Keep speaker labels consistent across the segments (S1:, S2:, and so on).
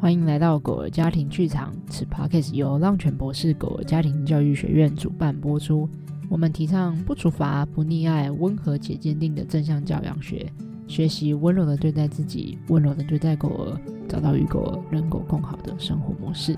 S1: 欢迎来到狗儿家庭剧场。此 podcast 由浪犬博士狗儿家庭教育学院主办播出。我们提倡不处罚、不溺爱、温和且坚定的正向教养学，学习温柔的对待自己，温柔的对待狗儿，找到与狗儿、人狗共好的生活模式。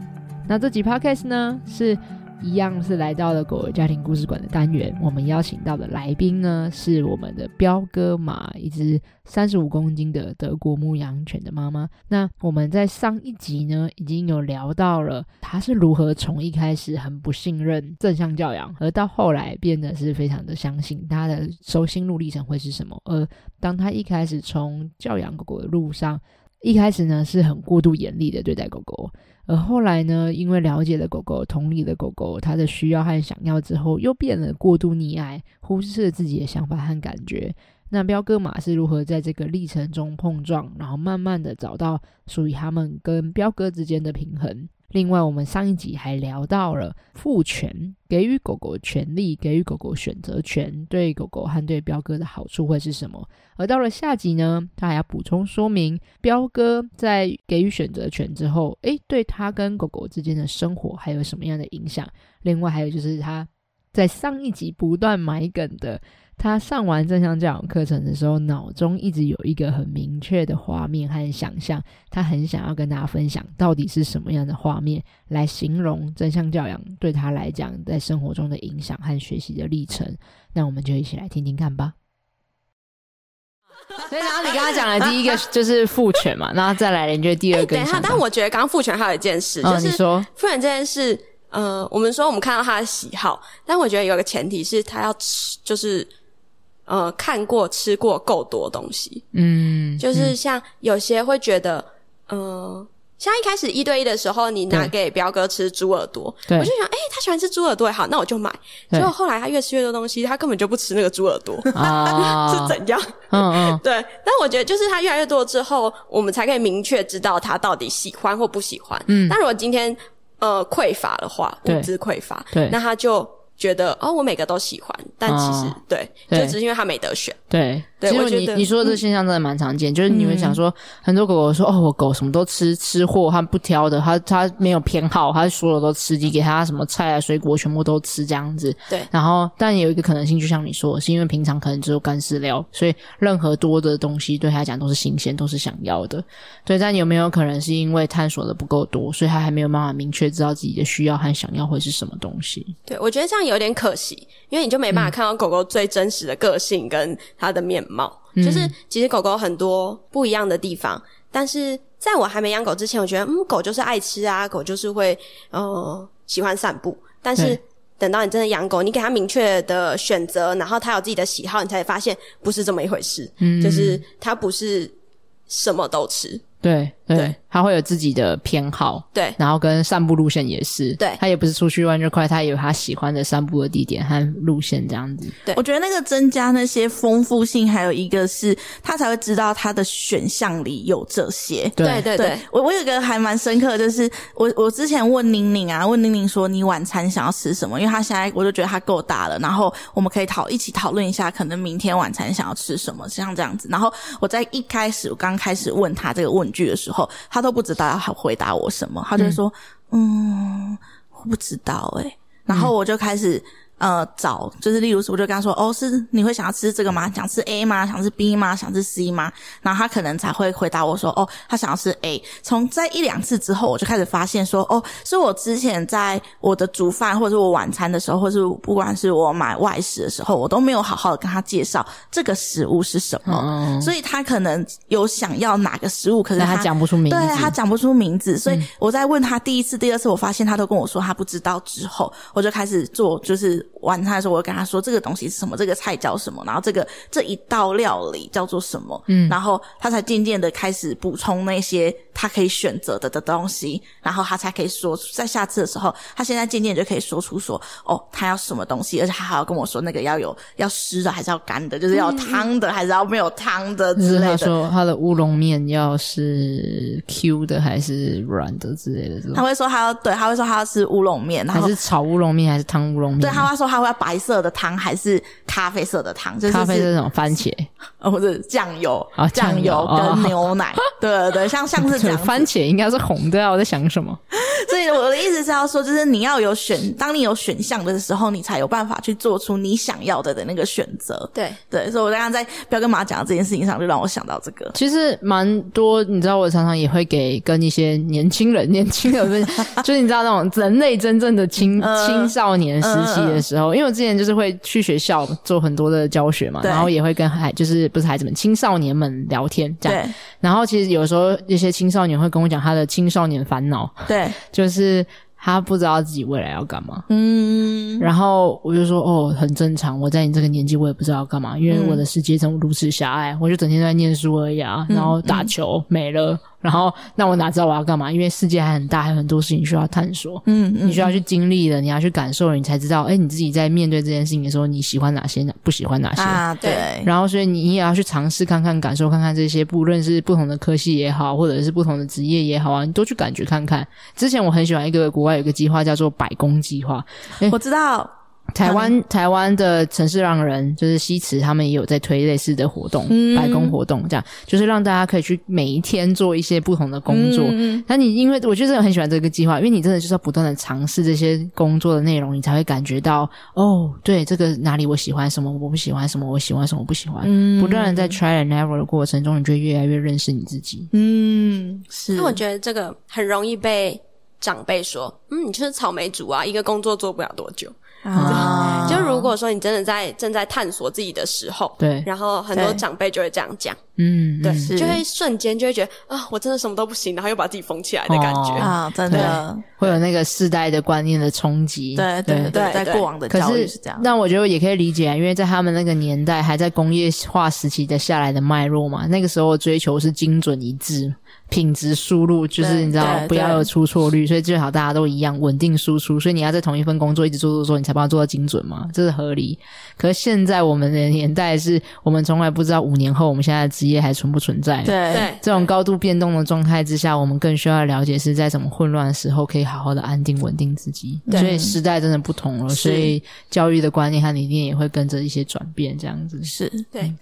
S1: 那这集 podcast 呢，是一样是来到了狗儿家庭故事馆的单元。我们邀请到的来宾呢，是我们的彪哥马，一只三十五公斤的德国牧羊犬的妈妈。那我们在上一集呢，已经有聊到了她是如何从一开始很不信任正向教养，而到后来变得是非常的相信她的收心路历程会是什么。而当她一开始从教养狗狗的路上，一开始呢是很过度严厉的对待狗狗，而后来呢，因为了解了狗狗，同理了狗狗它的需要和想要之后，又变得过度溺爱，忽视了自己的想法和感觉。那彪哥马是如何在这个历程中碰撞，然后慢慢的找到属于他们跟彪哥之间的平衡？另外，我们上一集还聊到了赋权，给予狗狗权利，给予狗狗选择权，对狗狗和对彪哥的好处会是什么？而到了下集呢，他还要补充说明，彪哥在给予选择权之后，诶，对他跟狗狗之间的生活还有什么样的影响？另外还有就是他在上一集不断埋梗的，他上完正向教养课程的时候，脑中一直有一个很明确的画面和想象，他很想要跟大家分享，到底是什么样的画面来形容正向教养对他来讲在生活中的影响和学习的历程。那我们就一起来听听看吧。所以，然后你刚刚讲的第一个就是父权嘛，然后再来，你觉得第二个
S2: 哎等一
S1: 是
S2: 下，
S1: 什
S2: 但
S1: 么？
S2: 我觉得刚刚父权还有一件事，
S1: 哦，
S2: 就
S1: 你
S2: 是
S1: 说
S2: 父权这件事，呃，我们说我们看到他的喜好，但我觉得有个前提是他要吃，就是呃看过、吃过够多东西。
S1: 嗯，
S2: 就是像有些会觉得，呃，像一开始一对一的时候，你拿给彪哥吃猪耳朵，
S1: 对
S2: 我就想，哎、他喜欢吃猪耳朵，好，那我就买。
S1: 对
S2: 结果后来他越吃越多东西，他根本就不吃那个猪耳朵，
S1: 啊
S2: 是，怎样？
S1: 嗯嗯，
S2: 对，但我觉得就是他越来越多之后，我们才可以明确知道他到底喜欢或不喜欢。
S1: 嗯
S2: 但如果今天呃匮乏的话，
S1: 对
S2: 物资匮乏，
S1: 对
S2: 那他就觉得哦，我每个都喜欢，但其实、
S1: 哦
S2: 对，
S1: 对
S2: 就只是因为他没得选。
S1: 对，
S2: 对
S1: 其
S2: 我
S1: 实
S2: 觉
S1: 你
S2: 得嗯
S1: 你说的这现象真的蛮常见，就是你会想说，很多狗狗说哦，我狗什么都吃，吃货它不挑的，它它没有偏好，它所有都吃，你给它什么菜啊、水果全部都吃这样子。
S2: 对
S1: 然后，但有一个可能性，就像你说的，是因为平常可能只有干饲料，所以任何多的东西对它来讲都是新鲜，都是想要的。对，但有没有可能是因为探索的不够多，所以它还没有办法明确知道自己的需要和想要会是什么东西？
S2: 对，我觉得这样有点可惜，因为你就没办法看到狗狗最真实的个性跟它的面貌。就是其实狗狗很多不一样的地方，但是在我还没养狗之前，我觉得嗯，狗就是爱吃啊，狗就是会呃喜欢散步。但是
S1: 对
S2: 等到你真的养狗，你给它明确的选择，然后它有自己的喜好，你才发现不是这么一回事。
S1: 嗯
S2: 就是它不是什么都吃。
S1: 对对
S2: 对，
S1: 它会有自己的偏好。
S2: 对
S1: 然后跟散步路线也是，
S2: 对
S1: 他也不是出去玩就快，他也有他喜欢的散步的地点和路线这样子。
S2: 对
S3: 我觉得那个增加那些丰富性，还有一个是他才会知道他的选项里有这些。
S2: 对对对，
S3: 我我有一个还蛮深刻的，就是我我之前问宁宁啊，问宁宁说你晚餐想要吃什么？因为她现在我就觉得她够大了，然后我们可以讨一起讨论一下，可能明天晚餐想要吃什么，像这样子。然后我在一开始我刚开始问她这个问句的时候，她都不知道要回答我什么，她就会说嗯我不知道哎、然
S1: 嗯
S3: 后我就开始。呃，找就是，例如说，我就跟她说，哦，是你会想要吃这个吗？想吃 A 吗？想吃 B 吗？想吃 C 吗？然后他可能才会回答我说：“哦，他想要吃 A。”从在一两次之后，我就开始发现说：“哦，是我之前在我的煮饭或者是我晚餐的时候，或是不管是我买外食的时候，我都没有好好的跟他介绍这个食物是什么。
S1: 嗯，
S3: 所以他可能有想要哪个食物，可是
S1: 但他讲不出名字，
S3: 对他讲不出名
S1: 嗯
S3: 字，所以我在问他第一次、第二次，我发现他都跟我说他不知道。之后我就开始做，就是晚餐的时候，我就跟他说这个东西是什么，这个菜叫什么，然后这个这一道料理叫做什么，嗯，然后他才渐渐的开始补充那些他可以选择的的东西，然后他才可以说在下次的时候，他现在渐渐就可以说出说哦，他要什么东西，而且他还要跟我说那个要有要湿的还是要干的，就是要有汤的还是要没有汤的
S1: 嗯就
S3: 之
S1: 嗯是
S3: 类
S1: 他
S3: 的。
S1: 说他的乌龙面要是 Q 的还是软的之类的这
S3: 他
S1: 种，
S3: 会说他要对，他会说他要吃乌龙面，然
S1: 还
S3: 后
S1: 是炒乌龙面还是汤乌龙面？
S3: 对他会说他会要白色的汤还是咖啡色的汤，就是
S1: 咖啡
S3: 是
S1: 这种番茄，
S3: 呃或者酱油
S1: 啊、
S3: 酱
S1: 酱油
S3: 油
S1: 哦
S3: 跟牛奶，对对对，像像是这样 子
S1: 番茄应该是红的啊！我在想什么？
S3: 所以我的意思是要说，就是你要有选，当你有选项的时候，你才有办法去做出你想要的的那个选择。
S2: 对，
S3: 对，所以我刚刚在彪跟妈讲的这件事情上，就让我想到这个。
S1: 其实蛮多，你知道，我常常也会给跟一些年轻人、年轻人分 享，就是你知道那种人类真正的青、
S3: 嗯
S1: 青少年时期
S3: 嗯嗯
S1: 的时候，因为我之前就是会去学校做很多的教学嘛，
S3: 对
S1: 然后也会跟孩就是不是孩子们青少年们聊天这样，
S3: 对
S1: 然后其实有时候一些青少年会跟我讲他的青少年烦恼，
S3: 对，
S1: 就是他不知道自己未来要干嘛。
S3: 嗯，
S1: 然后我就说哦，很正常。我在你这个年纪，我也不知道干嘛，因为
S3: 嗯
S1: 我的世界怎么如此狭隘，我就整天在念书而已啊，
S3: 嗯
S1: 然后打球、没了，然后那我哪知道我要干嘛？因为世界还很大，还有很多事情需要探索，
S3: 嗯嗯
S1: 你需要去经历的，你要去感受，你才知道，哎，你自己在面对这件事情的时候，你喜欢哪些，不喜欢哪些。
S3: 啊，
S2: 对
S3: 对，
S1: 然后，所以你也要去尝试看看、感受看看这些，不论是不同的科系也好，或者是不同的职业也好啊，你都去感觉看看。之前我很喜欢一个国外有一个计划叫做“百工计划”，
S3: 我知道，
S1: 台湾台湾的城市让人就是西祠，他们也有在推类似的活动，白工活动这样，就是让大家可以去每一天做一些不同的工作。那你因为我就是很喜欢这个计划，因为你真的就是要不断的尝试这些工作的内容，你才会感觉到哦，对这个哪里我喜欢，什么我不喜欢，什么我喜欢，什么不喜欢。不断的在 try and error 的过程中，你就会越来越认识你自己。
S3: 嗯，是
S2: 那我觉得这个很容易被长辈说，嗯，你就是草莓族啊，一个工作做不了多久。
S3: 啊，
S2: 就如果说你真的在正在探索自己的时候，
S1: 对，
S2: 然后很多
S3: 对
S2: 长辈就会这样讲，
S1: 嗯，
S2: 对
S1: 嗯，
S3: 是
S2: 就会瞬间就会觉得啊，我真的什么都不行，然后又把自己封起来的感觉。
S1: 哦
S3: 啊，真的，
S1: 会有那个世代的观念的冲击。
S3: 对对对，
S2: 对
S3: 在
S2: 对
S3: 过往的
S1: 可
S3: 教育
S1: 是
S3: 是这样，
S1: 那我觉得也可以理解啊，因为在他们那个年代，还在工业化时期的下来的脉络嘛，那个时候追求是精准一致、品质输入，就是
S3: 对
S1: 你知道
S3: 对
S1: 不要
S3: 对
S1: 有出错率，所以最好大家都一样稳定输出，所以你要在同一份工作一直做做做，你才把它做到精准嘛，这是合理。可是现在我们的年代是，我们从来不知道五年后我们现在的职业还存不存在。
S3: 哦对
S2: 对
S1: 这种高度变动的状态之下，我们更需要了解是在什么混乱的时候可以好好的安定稳定自己。
S3: 对
S1: 所以时代真的不同了，
S3: 是
S1: 所以教育的观念和理念也会跟着一些转变，这样子。
S3: 是，
S2: 对，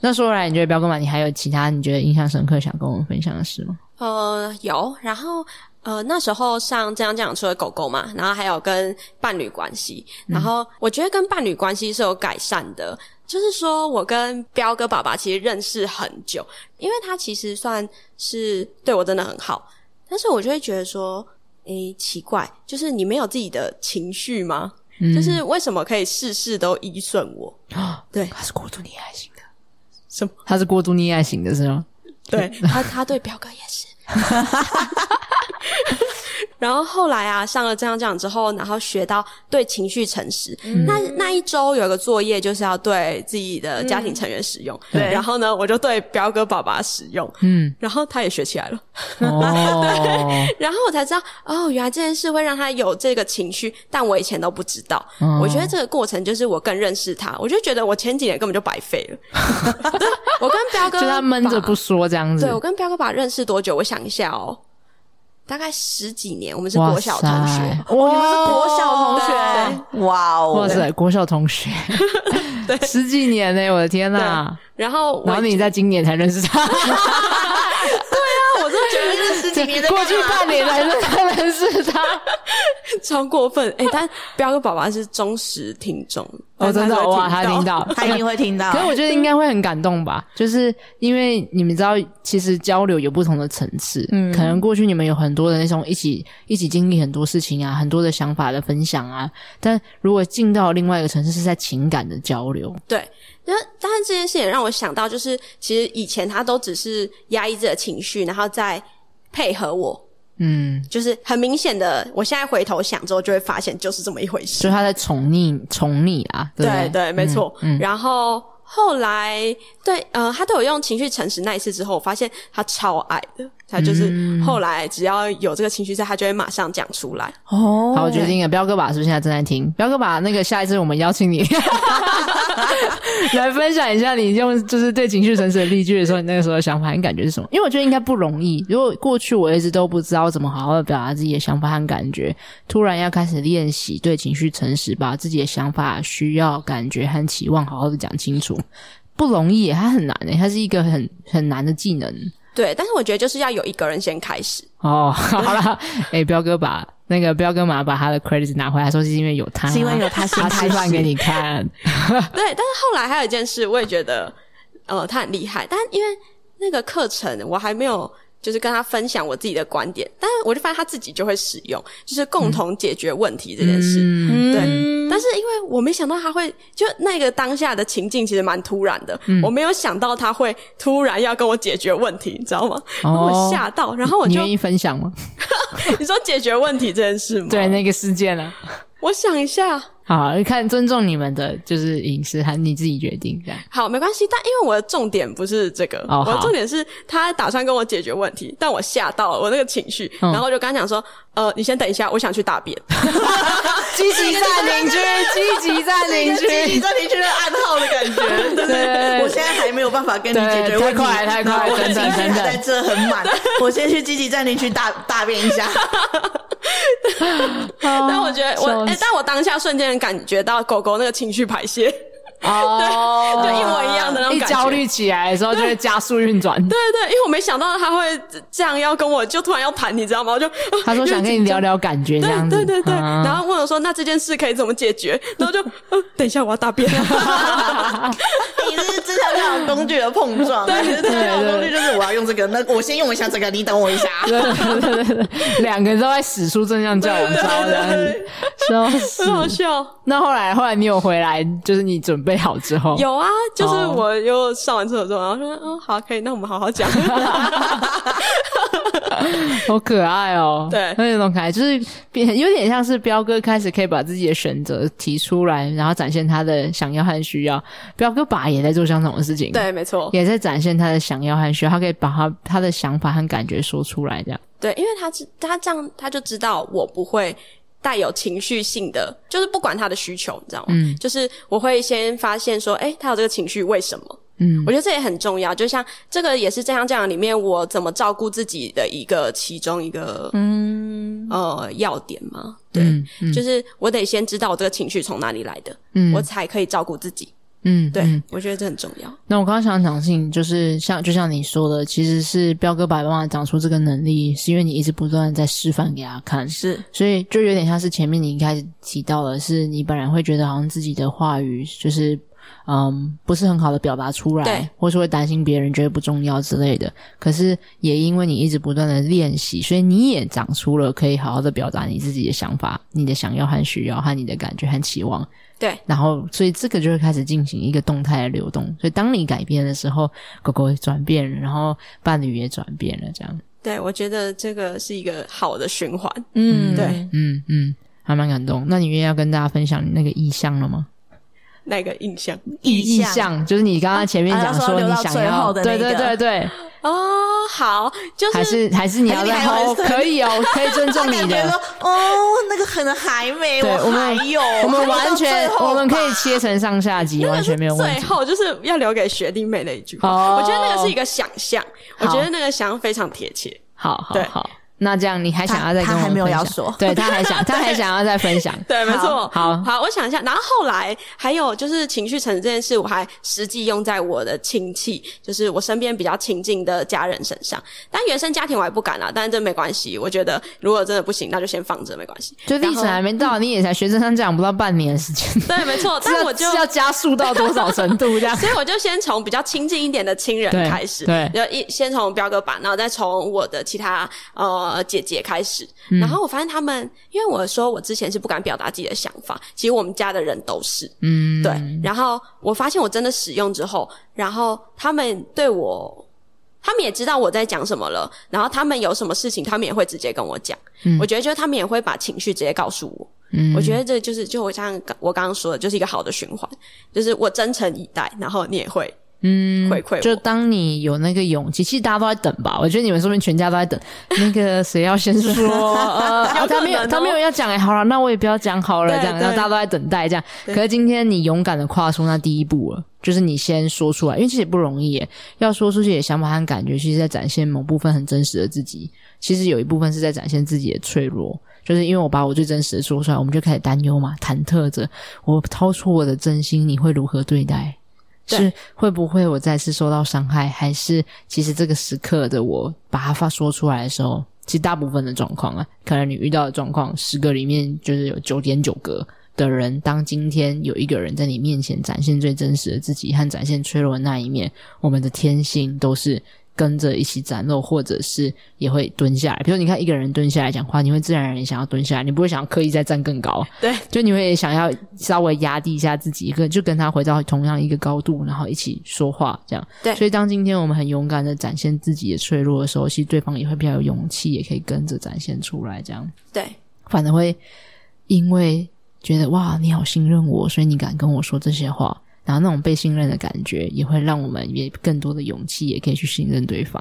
S1: 那说回来，你觉得彪哥嘛，你还有其他你觉得印象深刻想跟我们分享的事吗？
S2: 呃，有，然后呃，那时候上这样讲除了狗狗嘛，然后还有跟伴侣关系，然后我觉得跟伴侣关系是有改善的。就是说我跟彪哥爸爸其实认识很久，因为他其实算是对我真的很好，但是我就会觉得说，诶，奇怪，就是你没有自己的情绪吗？就是为什么可以事事都依顺我？
S1: 他是过度溺爱型的，
S2: 什么？
S1: 他是过度溺爱型的是吗？
S2: 对他，他对表哥也是。 然后后来啊，上了这样讲之后，然后学到对情绪诚实。
S1: 嗯
S2: 那那一周有个作业就是要对自己的家庭成员使用，
S3: 对
S2: 然后呢，我就对表哥爸爸使用，
S1: 嗯，
S2: 然后他也学起来了。
S1: 哦，
S2: 然后我才知道，哦，原来这件事会让他有这个情绪，但我以前都不知道。
S1: 哦
S2: 我觉得这个过程就是我更认识他，我就觉得我前几年根本就白费了。 我跟彪 哥
S1: 就他闷着
S2: 爸
S1: 不说这样子
S2: 对，我跟彪哥爸认识多久？我想一下哦，大概十几年，我们是
S1: 哇
S2: 国小同学
S1: 塞。
S3: 哦，你们是国小同
S2: 哦
S3: 学，哇哦，
S1: 哇塞，国小同学，十几年呢、我的天呐、
S2: 然后
S1: 然后
S2: 我
S1: 你在今年才认识他，
S2: 我真的觉得
S3: 这十几年在
S1: 过
S3: 干
S1: 去
S2: 啊
S3: 嘛？
S1: 半年才认才认识他。
S2: 超过分哎、但彪哥爸爸是忠实听众，
S1: 哦，真的
S2: 但
S1: 哇，
S2: 他
S1: 他
S2: 会
S1: 听。到，
S3: 他一定会听 到
S1: 可，是我觉得应该会很感动吧，就是因为你们知道，其实交流有不同的层次，嗯，可能过去你们有很多的那种一起一起经历很多事情啊，很多的想法的分享啊，但如果进到另外一个层次，是在情感的交流，
S2: 对，那但是这件事也让我想到，就是其实以前他都只是压抑自己的情绪，然后再配合我，
S1: 嗯，
S2: 就是很明显的。我现在回头想之后，就会发现就是这么一回事。
S1: 就他在宠溺宠溺啊，对不
S2: 对对，没错。
S1: 嗯
S2: 然后后来对，呃，他对我用情绪诚实那一次之后，我发现他超爱的，他
S1: 嗯
S2: 就是后来只要有这个情绪在，他就会马上讲出来。
S3: 哦
S1: 好，我决定了，彪哥爸是不是现在正在听？彪哥爸，那个下一次我们邀请你来分享一下你用就是对情绪诚实的例句的时候，你那个时候的想法，你感觉是什么？因为我觉得应该不容易。如果过去我一直都不知道怎么好好的表达自己的想法和感觉，突然要开始练习对情绪诚实，把自己的想法、需要、感觉和期望好好的讲清楚，不容易耶，它很难诶，它是一个很很难的技能。
S2: 对，但是我觉得就是要有一个人先开始，
S1: 哦，好啦，哎、彪哥把那个彪哥马把他的 credit 拿回来，说是因为有他，
S3: 是因为有他先
S1: 他
S3: 开
S1: 示范
S3: 始
S1: 给你看，
S2: 对，但是后来还有一件事，我也觉得，呃，他很厉害，但因为那个课程我还没有。就是跟他分享我自己的观点，但是我就发现他自己就会使用，就是共同解决问题这件事。
S1: 嗯，
S2: 对
S3: 嗯
S2: 但是因为我没想到他会，就那个当下的情境其实蛮突然的，
S1: 嗯
S2: 我没有想到他会突然要跟我解决问题，你知道吗？然后
S1: 哦
S2: 我吓到，然后我
S1: 你
S2: 就
S1: 愿意分享吗？
S2: 你说解决问题这件事吗？
S1: 对，，那个事件啊，
S2: 我想一下，
S1: 好，看尊重你们的就是隐私，还是你自己决定这样。
S2: 好，没关系，但因为我的重点不是这个，
S1: 哦
S2: 我的
S1: 好
S2: 重点是他打算跟我解决问题，但我吓到了，我那个情绪，
S1: 嗯
S2: 然后我就跟他讲说，呃，你先等一下，我想去大便。
S1: 积极在邻居，积极在邻
S3: 这
S1: 居，
S3: 这邻居的暗号的感觉，对
S1: 对
S3: 我现在还没有办法跟你
S1: 对
S3: 解决问题，
S1: 太快太快
S3: 然后我的
S1: 等等
S3: 情绪还
S1: 等等
S3: 在这很满，我先去积极占领区大大便一 下。
S2: 但我觉得我，
S1: 哦笑
S2: 哎、
S1: 死
S2: 但我当下瞬间感觉到狗狗那个情绪排泄，
S1: 哦，
S2: 就一模一样的那种
S1: 一
S2: 感觉。
S1: 焦虑起来的时候就会加速运转。
S2: 对对，因为我没想到他会这样要跟我，就突然要谈，你知道吗？我就、啊
S1: 他说想跟你聊。聊感觉
S2: 有
S1: 这
S2: 点
S1: 样
S2: 紧张
S1: 子，
S2: 对对对对，
S1: 嗯
S2: 然后问我说：“那这件事可以怎么解决？”然后就，呃等一下我要大便。
S3: 你是这项这种工具的碰撞，对对对，这项工具就是我要用这个，那我先用一下这个，你等我一下。
S1: 对对对对，两个人都在使出正向教养招这样子，笑死
S2: 很。好笑。
S1: 那后来后来你有回来，就是你准备好之后，
S2: 有啊，就是
S1: 哦
S2: 我又上完厕所之后，然后说，嗯，好，可以，那我们好好讲。
S1: 好可爱哦、
S2: 对
S1: 那种可爱就是变，有点像是彪哥开始可以把自己的选择提出来，然后展现他的想要和需要。彪哥爸也在做相同的事情，，
S2: 对，没错，
S1: 也在展现他的想要和需要，他可以把他他的想法和感觉说出来，这样。
S2: 对，因为他知他这样，他就知道我不会带有情绪性的，就是不管他的需求，你知道吗？
S1: 嗯
S2: 就是我会先发现说，诶，他有这个情绪，为什么？
S1: 嗯
S2: 我觉得这也很重要。就像这个也是正向教养里面我怎么照顾自己的一个其中一个
S3: 嗯，
S2: 呃要点嘛。对，
S1: 嗯嗯
S2: 就是我得先知道我这个情绪从哪里来的，
S1: 嗯
S2: 我才可以照顾自己。
S1: 嗯，
S2: 对，
S1: 嗯
S2: 我觉得这很重要。
S1: 那我刚刚想讲的事情，就是像就像你说的，其实是彪哥爸爸妈妈长出这个能力，是因为你一直不断的在示范给他看，
S3: 是
S1: 所以就有点像是前面你一开始提到的是，你本来会觉得好像自己的话语就是嗯不是很好的表达出
S2: 对
S1: 来，或是会担心别人觉得不重要之类的。可是也因为你一直不断的练习，所以你也长出了可以好好的表达你自己的想法、你的想要和需要和你的感觉和期望。
S2: 对，
S1: 然后所以这个就会开始进行一个动态的流动。所以当你改变的时候，狗狗也转变了，然后伴侣也转变了，这样。
S2: 对，我觉得这个是一个好的循环。
S3: 嗯
S2: 对，
S1: 嗯嗯，还蛮感动。那你愿意要跟大家分享你那个意向了吗？
S2: 那个印象
S1: 意向就是你刚刚前面讲
S3: 啊他说留
S1: 你
S3: 到
S1: 想
S3: 最
S1: 要，
S3: 后的那
S1: 对对对
S3: 个
S1: 对，
S2: 哦，好，就
S1: 还
S2: 是
S1: 是还是你要
S3: 还
S1: 再
S3: 是你还有
S1: hold，可以哦，可以尊重
S3: 感
S1: 你
S3: 觉
S1: 的
S3: 说。哦，那个可能还没，
S1: 对我
S3: 还
S1: 们
S3: 有，
S1: 我们
S3: 还没到
S1: 完全
S3: 最，后
S1: 我们可以
S3: 吧
S1: 切成上下集，完全没有问
S2: 最
S1: 题。
S2: 后就是要留给学弟妹的一句话。
S1: 哦
S2: 我觉得那个是一个想象，我
S1: 好
S2: 觉得那个想象非常贴切。
S1: 好好
S2: 对
S1: 好，那这样你还想要再
S3: 他
S1: 跟我
S3: 他还
S1: 们
S3: 没有
S1: 分
S3: 要
S1: 享
S3: 说
S1: 对他还想，他还想要再分享。
S2: 对，没错。
S1: 好
S2: 好，我想一下。然后后来还有就是情绪层这件事，我还实际用在我的亲戚，就是我身边比较亲近的家人身上。但原生家庭我还不敢啦，但是这没关系。我觉得如果真的不行，那就先放着，没关系。
S1: 就历程还没
S2: 嗯
S1: 到，你也才学生上讲不到半年的时间，
S2: 对，没错。但
S1: 是
S2: 我就
S1: 要是要加速到多少程度这 样？
S2: 所以我就先从比较亲近一点的亲人
S1: 对
S2: 开始，
S1: 对
S2: 就一先从彪哥版，然后再从我的其他呃姐姐开始。
S1: 嗯
S2: 然后我发现他们，因为我说我之前是不敢表达自己的想法，其实我们家的人都是，
S1: 嗯，
S2: 对，然后我发现我真的使用之后，然后他们对我，他们也知道我在讲什么了，然后他们有什么事情，他们也会直接跟我讲。
S1: 嗯
S2: 我觉得就是他们也会把情绪直接告诉我。
S1: 嗯
S2: 我觉得这就是就我像刚我刚刚说的，就是一个好的循环，就是我真诚以待，然后你也会
S1: 嗯
S2: 回馈我
S1: 就当你有那个勇气，其实大家都在等吧。我觉得你们说不定全家都在等那 个谁要先说， 呃，啊他没有
S2: 可能哦
S1: 他没有要讲哎、好了，那我也不要讲好了，
S2: 对
S1: 这样，
S2: 对
S1: 然后大家都在等待这样。可是今天你勇敢的跨出那第一步了，就是你先说出来，因为其实也不容易耶，要说出自己的想法和感觉，其实在展现某部分很真实的自己。其实有一部分是在展现自己的脆弱，就是因为我把我最真实的说出来，我们就开始担忧嘛，忐忑着我掏出我的真心，你会如何对待？
S2: 对
S1: 是会不会我再次受到伤害，还是其实这个时刻的我把它发说出来的时候，其实大部分的状况啊，可能你遇到的状况十个里面就是有九点九个的人，当今天有一个人在你面前展现最真实的自己和展现脆弱的那一面，我们的天性都是。跟着一起展露，或者是也会蹲下来。比如你看一个人蹲下来讲话，你会自然而然想要蹲下来，你不会想要刻意再站更高。
S2: 对，
S1: 就你会想要稍微压低一下自己，跟就跟他回到同样一个高度，然后一起说话这样。
S2: 对
S1: 所以当今天我们很勇敢的展现自己的脆弱的时候，其实对方也会比较有勇气，也可以跟着展现出来。这样
S2: 对
S1: 反而会因为觉得哇，你好信任我，所以你敢跟我说这些话，然后那种被信任的感觉，也会让我们也更多的勇气，也可以去信任对方。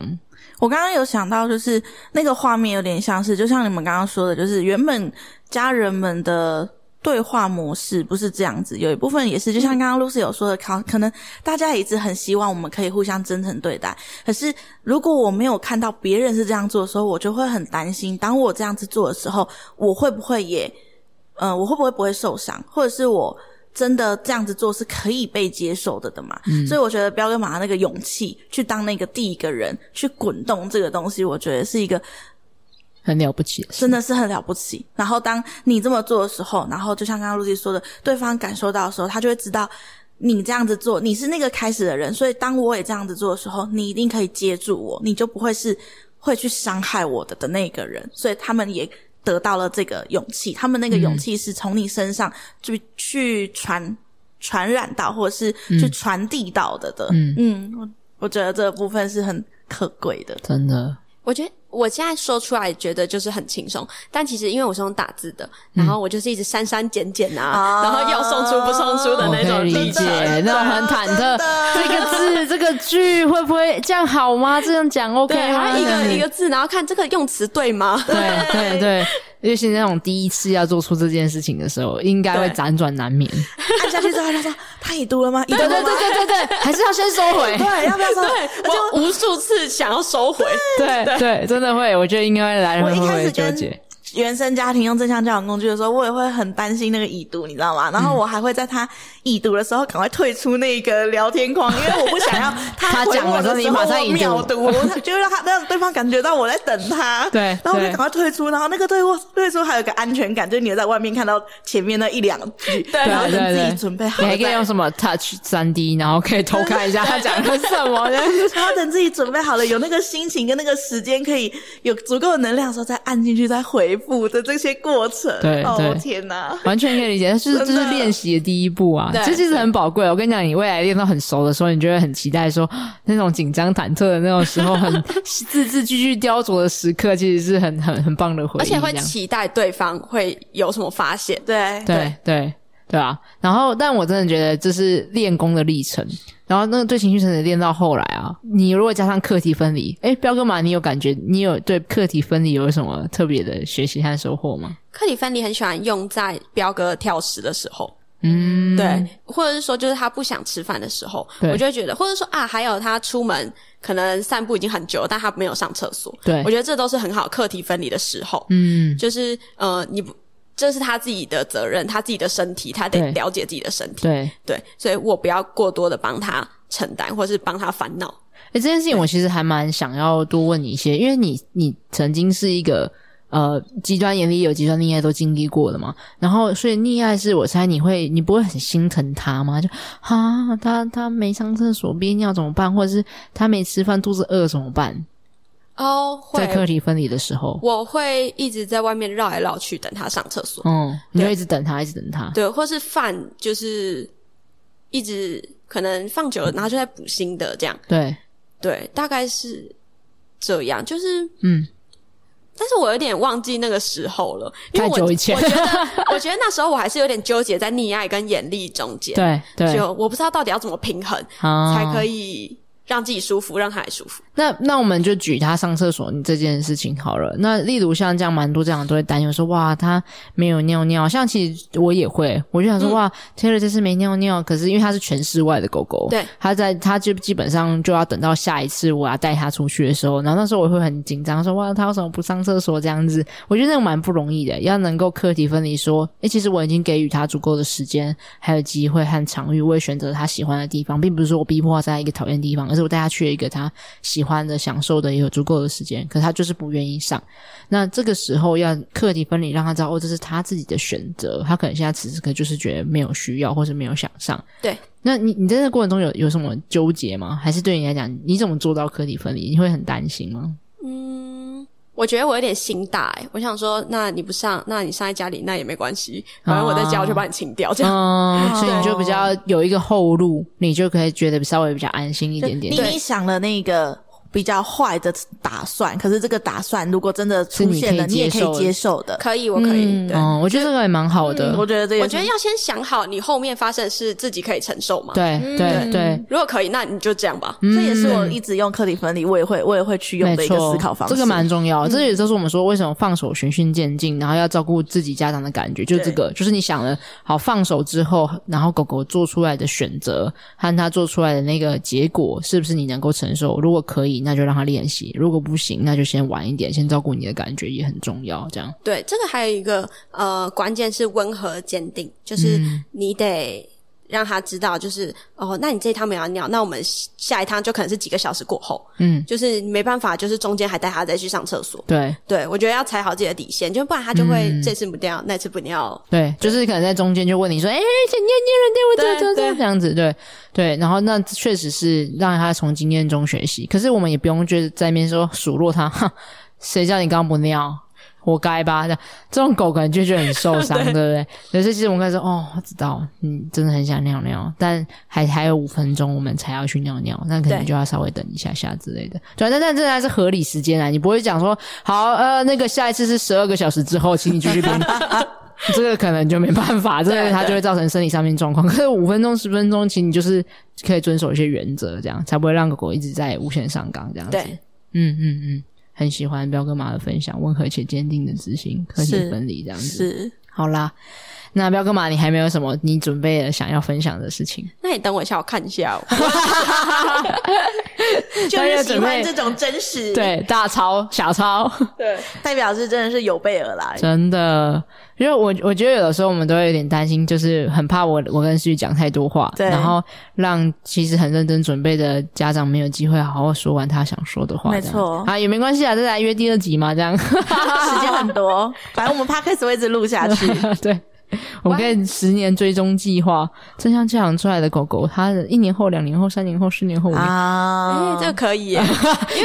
S3: 我刚刚有想到，就是那个画面有点像是，就像你们刚刚说的，就是原本家人们的对话模式不是这样子，有一部分也是，就像刚刚露丝有说的，可可能大家一直很希望我们可以互相真诚对待，可是如果我没有看到别人是这样做的时候，我就会很担心，当我这样子做的时候，我会不会也，呃，我会不会不会受伤，或者是我。真的这样子做是可以被接受的的嘛？所以我觉得彪哥马那个勇气去当那个第一个人去滚动这个东西，我觉得是一个
S1: 很了不起的事，
S3: 真的是很了不起。然后当你这么做的时候，然后就像刚刚露西说的，对方感受到的时候，他就会知道你这样子做，你是那个开始的人。所以当我也这样子做的时候，你一定可以接住我，你就不会是会去伤害我的的那个人。所以他们也。得到了这个勇气，他们那个勇气是从你身上去去传传染到，或者是去传递到的的。
S1: 嗯
S3: 嗯，我我觉得这个部分是很可贵的。
S1: 真的，
S2: 我觉得我现在说出来觉得就是很轻松，但其实因为我是用打字的，然
S1: 嗯
S2: 后我就是一直删删减减啊，
S3: 啊
S2: 然后要送出不送出的
S1: 我
S2: 那种
S1: 哦可以理解
S2: 力气。
S3: 真的
S1: 那种很忐忑
S3: 真的，
S1: 这个字这个句会不会这样好吗？这样讲 OK
S2: 对，然
S1: 吗？
S2: 后一
S1: 这样
S2: 个
S1: 子
S2: 一个字，然后看这个用词对吗？
S1: 对对对，尤其是那种第一次要做出这件事情的时候，应该会
S2: 对
S1: 辗转难眠。
S3: 按下去之后，他就说：“他已读了吗？已读
S1: 对
S3: 了
S1: 对
S3: 吗？”
S1: 对对对对， 还是要先收回。
S3: 对，要不要说？而且
S2: 我无数次想要收回，
S1: 对对，真的会，我觉得应该会来
S3: 我
S1: 人
S3: 一
S1: 会
S3: 开
S1: 会
S3: 始
S1: 纠
S3: 跟
S1: 结。
S3: 原生家庭用正向教养工具的时候，我也会很担心那个已读，你知道吗？然后
S1: 嗯
S3: 我还会在他已读的时候赶快退出那个聊天框，因为我不 想要
S1: 他
S3: 他回
S1: 讲
S3: 我
S1: 完之后
S3: 的
S1: 你
S3: 时候
S1: 马上
S3: 我
S1: 已读
S3: 秒读，我就让他让对方感觉到我在等 他。
S1: 对
S3: 然后我就
S1: 对
S3: 赶快退出，然后那个退出退出还有个安全感，就是你有在外面看到前面那一两句，对然后
S1: 对
S3: 等
S1: 对
S3: 自己
S1: 对，
S3: 准备好，
S1: 你还可以用什么 Touch 三 D，然后可以偷看一下他讲的什么。
S3: 然后等自己准备好了，有那个心情跟那个时间，可以有足够的能量的时候，再按进去，再回复的这些过程。
S1: 对对
S3: 哦天哪！
S1: 完全可以理 解，就是这
S3: 真的
S1: 是练习的第一步啊
S2: 对，
S1: 这其实很宝贵。我跟你讲，你未来练到很熟的时候，你就会很期待说，那种紧张忐忑的那种时候， 很字字句句雕琢的时刻，其实是很很很棒的回忆，
S2: 而且会
S1: 这样
S2: 期待对方会有什么发现。
S3: 对
S1: 对对对啊。然后，但我真的觉得这是练功的历程。然后，那个对情绪层的练到后来啊，你如果加上课题分离，诶，彪哥嘛，你有感觉，你有对课题分离有什么特别的学习和收获吗？
S2: 克里芬尼很喜欢用在彪哥挑食的时候。嗯，对，或者是说，就是他不想吃饭的时候，
S1: 对
S2: 我就会觉得，或者说啊，还有他出门可能散步已经很久了，但他没有上厕所，
S1: 对
S2: 我觉得这都是很好课题分离的时候。
S1: 嗯，
S2: 就是呃，你不，这是他自己的责任，他自己的身体，他得
S1: 对
S2: 了解自己的身体，
S1: 对。
S2: 对，所以我不要过多的帮他承担，或是帮他烦恼。
S1: 哎、这件事情我其实还蛮想要多问你一些，因为你你曾经是一个呃极端严厉有极端溺爱都经历过的嘛，然后所以溺爱是我猜你会你不会很心疼他吗？就啊他他没上厕所憋尿怎么办，或者是他没吃饭肚子饿怎么办？
S2: 哦，
S1: 在
S2: 会，
S1: 课题分离的时候，
S2: 我会一直在外面绕来绕去，等他上厕所。
S1: 嗯，你就一直等他，一直等他，
S2: 对，或是饭就是一直可能放久了，然后就在补新的这样，
S1: 对，
S2: 对，大概是这样，就是
S1: 嗯。
S2: 但是我有点忘记那个时候了，因为
S1: 太
S2: 我
S1: 久以前
S2: 我觉得，我觉得那时候我还是有点纠结在溺爱跟眼力中间，
S1: 对对，
S2: 就我不知道到底要怎么平衡
S1: 啊
S2: 才可以让自己舒服，让它也舒服。
S1: 那那我们就举他上厕所这件事情好了。那例如像这样，蛮多家长都会担忧说，哇，他没有尿尿。像其实我也会，我就想说，哇，Taylor 这次没尿尿，可是因为它是全室外的狗狗，
S2: 对，
S1: 它在它就基本上就要等到下一次我要带它出去的时候，然后那时候我会很紧张，说，哇，它为什么不上厕所这样子？我觉得那个蛮不容易的，要能够课题分离，说，诶、其实我已经给予它足够的时间，还有机会和场域，我也选择它喜欢的地方，并不是说我逼迫它在一个讨厌的地方，而是我带它去了一个它喜欢的、享受的，也有足够的时间，可他就是不愿意上。那这个时候要课题分离，让他知道哦，这是他自己的选择，他可能现在此时此刻就是觉得没有需要，或是没有想上。
S2: 对，
S1: 那你你在这过程中有有什么纠结吗？还是对你来讲，你怎么做到课题分离？你会很担心 吗？
S2: 我觉得我有点心大哎、我想说，那你不上，那你上在家里那也没关系，反正我在家我就把你清掉，这样。
S1: 嗯，所以
S3: 对
S1: 你就比较有一个后路，你就可以觉得稍微比较安心一点点。
S3: 你你想了那个比较坏的打算，可是这个打算如果真的出现了，
S1: 是
S3: 你
S1: 你可以接
S3: 也可
S1: 受的
S3: 以接受的。
S2: 可以，我可以。对，嗯
S1: 嗯，我觉得这个也蛮好的。
S3: 我觉得这个，
S2: 我觉得要先想好你后面发生的事自己可以承受嘛。，
S1: 对嗯对
S3: 嗯
S1: 对，
S2: 如果可以，那你就这样吧。
S3: 这也是我一直用课题分离，我也会我也会去用
S1: 没
S3: 的一
S1: 错，
S3: 个思考方式。嗯
S1: 这个蛮重要。这也就是我们说为什么放手循序渐进，然后要照顾自己家长的感觉，就这个，就是你想了好放手之后，然后狗狗做出来的选择和它做出来的那个结果，是不是你能够承受？如果可以，那就让它练习；如果不行，那就先晚一点，先照顾你的感觉也很重要。这样，
S2: 对，这个还有一个呃，关键是温和坚定，就是
S1: 嗯
S2: 你得让他知道，就是哦，那你这一趟没有尿，那我们下一趟就可能是几个小时过后，
S1: 嗯，
S2: 就是没办法，就是中间还带他再去上厕所。
S1: 对
S2: 对，我觉得要踩好自己的底线，就不然他就会
S1: 嗯
S2: 这次不尿，那次不尿。
S1: 对，就是可能在中间就问你说：“哎、这念念了，对我这
S2: 对
S1: 这这
S2: 对
S1: 这样子，对对。”然后那确实是让他从经验中学习，可是我们也不用觉得在那边说数落他，哼谁叫你刚不尿，活该吧？这样这种狗可能就觉得很受伤，对不对？所以其实我们可以说：“哦，我知道，你真的很想尿尿，但还还有五分钟，我们才要去尿尿，那可能
S2: 对
S1: 就要稍微等一下下之类的。”对啊，但但这还是合理时间啊，你不会讲说：“好，呃，那个下一次是十二个小时之后，请你继续跟。” 这个可能就没办法，这个它就会造成生理上面状况。可是五分钟、十分钟，其实你就是可以遵守一些原则，这样才不会让狗狗一直在无限上纲这样子。
S2: 对，
S1: 嗯嗯嗯，很喜欢彪哥妈的分享，温和且坚定的执行科学
S3: 是
S1: 分离这样子。
S3: 是
S1: 好啦，那彪哥妈，你还没有什么你准备了想要分享的事 情？
S2: 那你等我一下，我看一下哦、
S3: 就
S1: 大家
S3: 是喜
S1: 准备
S3: 欢这种真实，，
S1: 对，大抄小抄。
S2: 对，
S3: 代表是真的是有备而来。
S1: 真的，因为我我觉得有的时候我们都会有点担心，就是很怕我我跟思雨讲太多话，
S3: 对
S1: 然后让其实很认真准备的家长没有机会好好说完他想说的话。
S3: 没
S1: 这样
S3: 错
S1: 啊，也没关系啊，再来约第二集嘛，这 样
S3: 时间很 多，反正我们 podcast 会一直录下去。
S1: 对。我们可以十年追踪计划，正像这样出来的狗狗，它的一年后、两年后、三年后、四年后、五年，
S2: 哎、
S3: 啊
S2: 这个可以耶，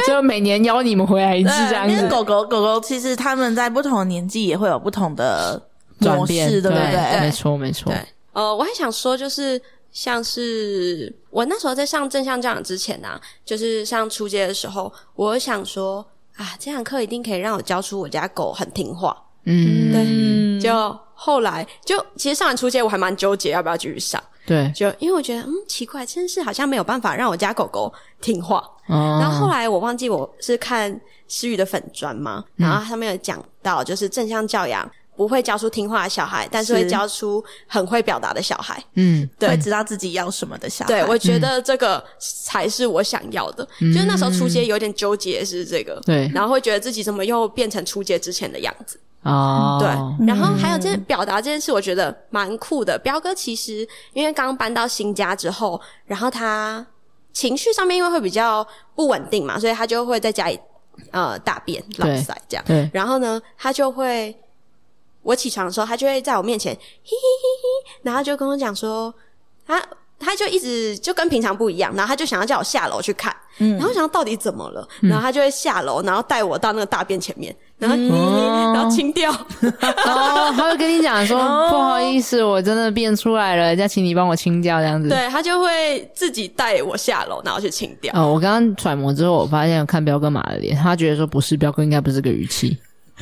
S1: 就每年邀你们回来一次这样
S3: 因为
S1: 子。
S3: 狗狗狗狗其实它们在不同的年纪也会有不同的
S1: 转
S3: 模
S1: 变，
S3: 式，对不
S1: 对？
S3: 对？
S1: 没错，没错
S2: 对。呃，我还想说，就是像是我那时候在上正向教养之前啊，就是上初阶的时候，我想说啊，这堂课一定可以让我教出我家狗很听话。
S1: 嗯，
S3: 嗯，
S2: 就后来就其实上完初阶，我还蛮纠结要不要继续上，
S1: 对。
S2: 就因为我觉得嗯奇怪，真是好像没有办法让我家狗狗听话。然后
S1: 哦，
S2: 后来我忘记我是看诗雨的粉砖嘛，然
S3: 嗯
S2: 后他们有讲到就是正向教养。不会教出听话的小孩，但是会
S3: 是
S2: 教出很会表达的小孩。
S1: 嗯，
S2: 对
S3: 会知道自己要什么的小孩。
S2: 对，
S3: 嗯
S2: 我觉得这个才是我想要的。就是那时候出
S3: 嗯
S2: 街有点纠结是这个，
S1: 对
S2: 然后会觉得自己怎么又变成出街之前的样子。
S3: 嗯
S1: 哦，
S2: 对，然后还有这表达这件事，我觉得蛮酷的。彪哥其实因为刚搬到新家之后，然后他情绪上面因为会比较不稳定嘛，所以他就会在家里呃大便、拉
S1: 对
S2: 塞这样。
S1: 对，
S2: 然后呢，他就会我起床的时候，他就会在我面前嘿嘿嘿嘿，然后就跟我讲说，他他就一直就跟平常不一样，然后他就想要叫我下楼去看，然后我想到底怎么了，然后他就会下楼，然后带我到那个大便前面，然后、然后清掉，
S1: 哦，他会跟你讲 说，
S3: 哦
S1: 不好意思，我真的变出来了，再请你帮我清掉这样子。
S2: 对他就会自己带我下楼，然后去清掉。
S1: 哦，我刚刚揣摩之后，我发现我看彪哥马的脸，他觉得说不是彪哥，应该不是这个语气，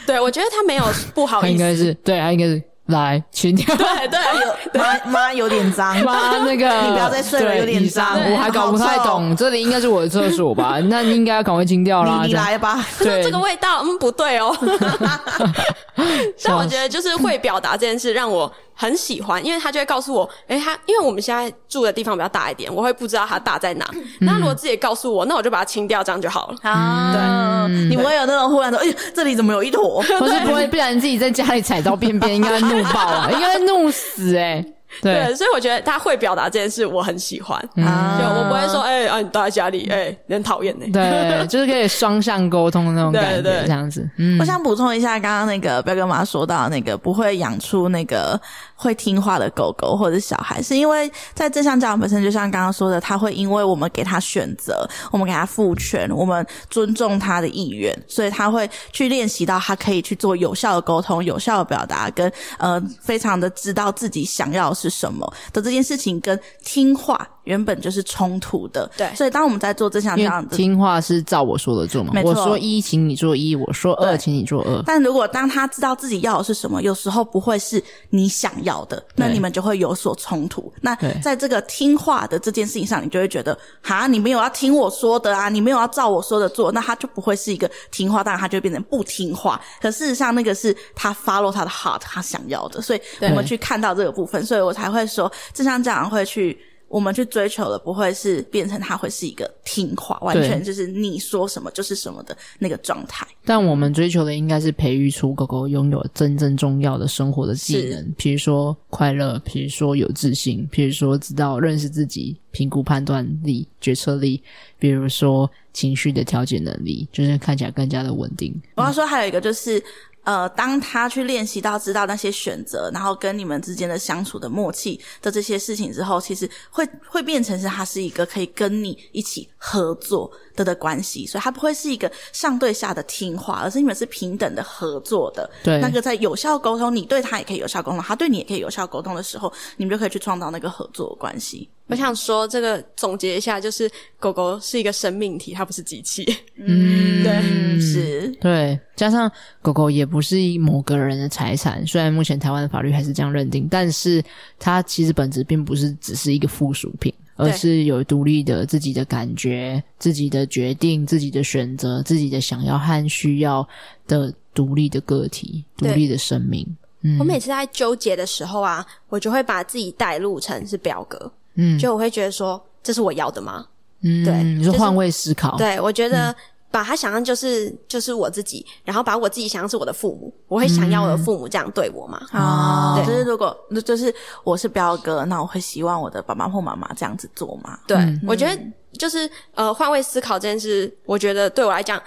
S2: 对我觉得他没有不好
S1: 他
S2: 意
S1: 应该
S2: 思，哎
S1: 是对，他应该是来，请 你
S2: 对对，
S3: 妈妈有点脏，
S1: 妈那个，
S3: 你不要再睡了
S1: 对
S3: 有点
S1: 以上
S3: 脏
S1: 我还搞不太
S3: 好臭
S1: 懂，这里应该是我的厕所 吧？那你应该要赶快清掉啦。
S3: 你你
S1: 这样
S3: 来吧。
S1: 对
S2: 这个味道，嗯，不 对哦。 但我觉
S1: 嗯
S2: 得就是会表达这件事让我很喜欢，因为他就会告诉我，诶、他因为我们现在住的地方比较大一点，我会不知道它大在哪。
S1: 嗯
S2: 那如果自己告诉我，那我就把它清掉，这样就好了。
S1: 嗯
S3: 啊，你不会有那种忽然的，哎呦，这里怎么有一坨？
S1: 或是不会，不然自己在家里踩到便便，应该怒爆啊，应该怒死哎、对，
S2: 对，所以我觉得他会表达这件事，我很喜欢。
S1: 嗯
S3: 啊
S2: 就我不会说，哎、啊，你待在家里，哎、你很讨厌呢。
S1: 对，就是可以双向沟通的那种感觉，
S2: 对对
S1: 这样子。嗯
S3: 我，想补充一下，刚刚那个彪哥妈说到那个不会养出那个会听话的狗狗或者小孩，是因为在正向教养本身，就像刚刚说的，他会因为我们给他选择，我们给他赋权，我们尊重他的意愿，所以他会去练习到他可以去做有效的沟通、有效的表达，跟呃非常的知道自己想要的是什么的这件事情，跟听话原本就是冲突的。
S2: 对
S3: 所以当我们在做正向教
S1: 因
S3: 养
S1: 为
S3: 的
S1: 听话是照我说的做嘛，
S3: 没错
S1: 我说一，请你做一；我说二，
S3: 对
S1: 请你做二。
S3: 但如果当他知道自己要的是什么，有时候不会是你想要的，那
S1: 对
S3: 你们就会有所冲突。那
S1: 对
S3: 在这个听话的这件事情上，你就会觉得，哈，你没有要听我说的啊，你没有要照我说的做，那他就不会是一个听话，当然他就会变成不听话。可事实上，那个是他 follow 他的 heart，他想要的，所以我们去看到这个部分，所以我才会说，正向家长会去。我们去追求的不会是变成他会是一个听话，完
S1: 对
S3: 全就是你说什么就是什么的那个状态。
S1: 但我们追求的应该是培育出狗狗拥有真正重要的生活的技能，比如说快乐，比如说有自信，比如说知道认识自己、评估判断力、决策力，比如说情绪的调节能力，就是看起来更加的稳定。
S3: 我要说还有一个就是，呃，当他去练习到知道那些选择，然后跟你们之间的相处的默契的这些事情之后，其实会会变成是他是一个可以跟你一起合作的的关系，所以他不会是一个上对下的听话，而是你们是平等的合作的。
S1: 对
S3: 那个在有效沟通，你对他也可以有效沟通，他对你也可以有效沟通的时候，你们就可以去创造那个合作的关系。
S2: 我想说，这个总结一下，就是狗狗是一个生命体，它不是机器。
S3: 嗯，对，是。
S1: 对，加上狗狗也不是某个人的财产，虽然目前台湾的法律还是这样认定，但是它其实本质并不是只是一个附属品，而
S2: 对
S1: 是有独立的自己的感觉、自己的决定、自己的选择、自己的想要和需要的独立的个体、独
S2: 对
S1: 立的生命。嗯
S2: 我每次在纠结的时候啊，我就会把自己带入成是表格，
S1: 嗯
S2: 就我会觉得说，这是我要的吗？
S1: 嗯，
S2: 对
S1: 你
S2: 就
S1: 说
S2: 是
S1: 换位思考，
S2: 对我觉
S1: 嗯
S2: 得把它想象就是就是我自己，然后把我自己想象是我的父母，我会想要我的
S1: 嗯
S2: 父母这样对我吗？
S3: 啊、
S1: 对
S3: 就是如果就是我是彪哥，那我会希望我的爸爸或妈妈这样子做吗？
S2: 对，
S1: 嗯
S2: 我觉得就是呃换位思考这件事，我觉得对我来讲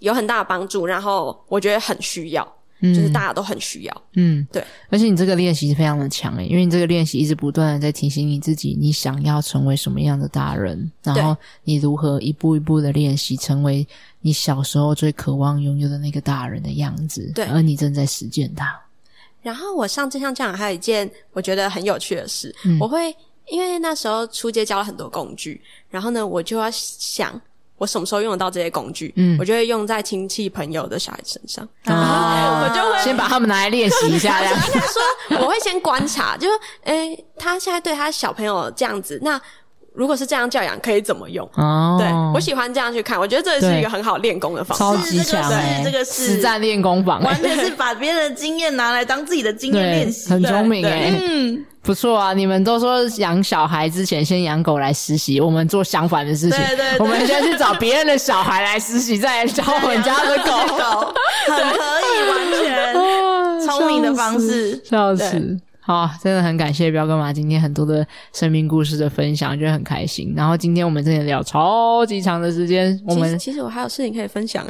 S2: 有很大的帮助，然后我觉得很需要，就是大家都很需要。
S1: 嗯，
S2: 对。
S1: 而且你这个练习是非常的强诶，因为你这个练习一直不断的在提醒你自己，你想要成为什么样的大人，然后你如何一步一步的练习成为你小时候最渴望拥有的那个大人的样子。
S2: 对
S1: 而你正在实践它。
S2: 然后我上正向教养还有一件我觉得很有趣的事，
S1: 嗯
S2: 我会因为那时候出街教了很多工具，然后呢，我就要想我什么时候用得到这些工具，
S1: 嗯
S2: 我就会用在亲戚朋友的小孩身上，哎
S3: 啊
S2: 我就会
S1: 哦先把他们拿来练习一下，这样
S2: 应该说我会先观察，就是诶、他现在对他小朋友这样子，那如果是这样教养，可以怎么用？
S1: 哦，
S2: 对我喜欢这样去看，我觉得这是一个很好练功的方
S1: 超
S2: 式。
S1: 级强诶，
S3: 是这个是
S1: 实战练功坊
S3: 完
S1: 诶，
S3: 全是把别人的经验拿来当自己的经验
S1: 对
S3: 练，习，
S1: 很聪明
S2: 对
S1: 诶，嗯，不错啊！你们都说养小孩之前先养狗来实习，我们做相反的事情，
S3: 对对对
S1: 我们先去找别人的小孩来实习，再来教我们家的狗。
S3: 狗很可以，完全聪明的方式。，
S1: 哦笑死！好，真的很感谢彪哥妈今天很多的生命故事的分享，觉得很开心。然后今天我们真的聊超级长的时间，我
S2: 其实
S1: 们
S2: 其实我还有事情可以 分享，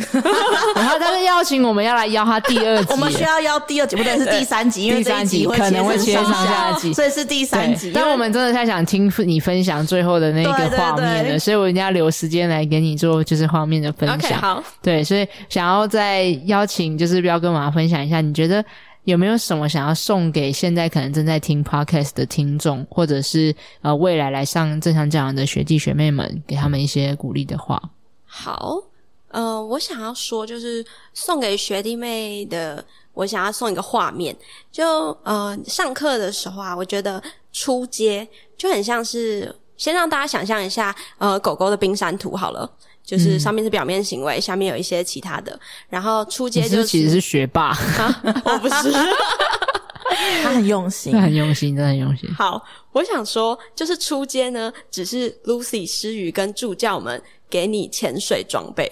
S1: 然后他是邀请我们要来邀他第二集
S3: 我们需要邀第二集，不对，是第三集，因为这一集
S1: 第三集可能会切
S3: 切
S1: 上
S3: 上
S1: 下集
S3: 所以是第三
S1: 对
S3: 集。
S1: 但我们真的太想听你分享最后的那
S3: 对
S1: 个
S3: 对
S1: 画面了，
S3: 对
S1: 所以我一定要留时间来给你做就是画面的分
S2: OK，
S1: 享。
S2: 好，
S1: 对，所以想要再邀请就是彪哥妈分享一下，你觉得有没有什么想要送给现在可能正在听 podcast 的听众，或者是呃未来来上正常教养的学弟学妹们，给他们一些鼓励的话？
S2: 好，呃，我想要说就是送给学弟妹的，我想要送一个画面，就呃上课的时候啊，我觉得出街就很像是先让大家想象一下，呃，狗狗的冰山图好了。
S1: 嗯
S2: 就是上面是表面行为，下面有一些其他的，然后出
S1: 你
S2: 街
S1: 是
S2: 就嗯
S1: 不是其实是学霸，
S2: 我不是，
S3: 他很用心
S1: 那，很用心，真的很用心。
S2: 好，我想说，就是出街呢，只是 Lucy、诗雨跟助教们给你潜水装备，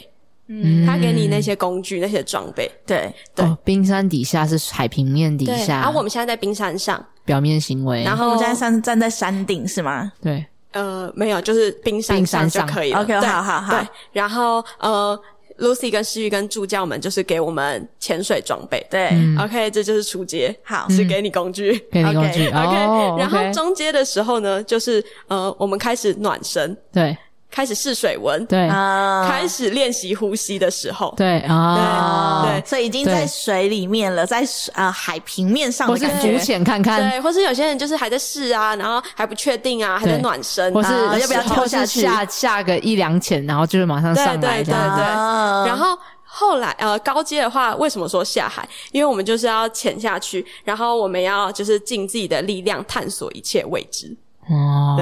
S1: 嗯
S2: 他给你那些工具、那些装备。
S3: 对，
S2: 对
S1: 哦，冰山底下是海平面底
S2: 对，
S1: 下，
S2: 然后、我们现在在冰山上，
S1: 表面行为，
S2: 然
S3: 我
S2: 后
S3: 们现在站站在山顶是吗？
S1: 对，
S2: 呃没有，就是冰山上
S1: 冰
S2: 就
S1: 山上
S2: 可以了。
S3: OK，
S2: 对
S3: 好好好
S2: 对，然后呃，Lucy 跟诗雨跟助教们就是给我们潜水装备。
S3: 对，
S1: 嗯，
S2: OK，这就是出街，
S3: 好，
S2: 是给你工具。
S1: 给你工具
S2: OK，、
S1: 哦
S2: 然后
S1: OK
S2: 中阶的时候呢，就是呃，我们开始暖身，
S1: 对
S2: 开始试水温，
S1: 对
S3: 啊
S2: 开始练习呼吸的时候，
S1: 对啊，
S2: 对
S3: 所以已经在水里面了，在水呃海平面上
S1: 或
S3: 的
S1: 是
S3: 感
S1: 浮
S3: 觉，
S1: 潜看看，
S2: 对，或是有些人就是还在试啊，然后还不确定啊，还在暖身，
S1: 或是
S2: 啊
S3: 要不要
S1: 或是
S3: 跳下去
S1: 下下个一两潜，然后就是马上
S2: 对
S1: 上来
S2: 对
S1: 这
S2: 对
S1: 样。
S2: 对。
S3: 啊
S2: 然后后来呃，高阶的话，为什么说下海？因为我们就是要潜下去，然后我们要就是尽自己的力量探索一切未知。
S1: 哦，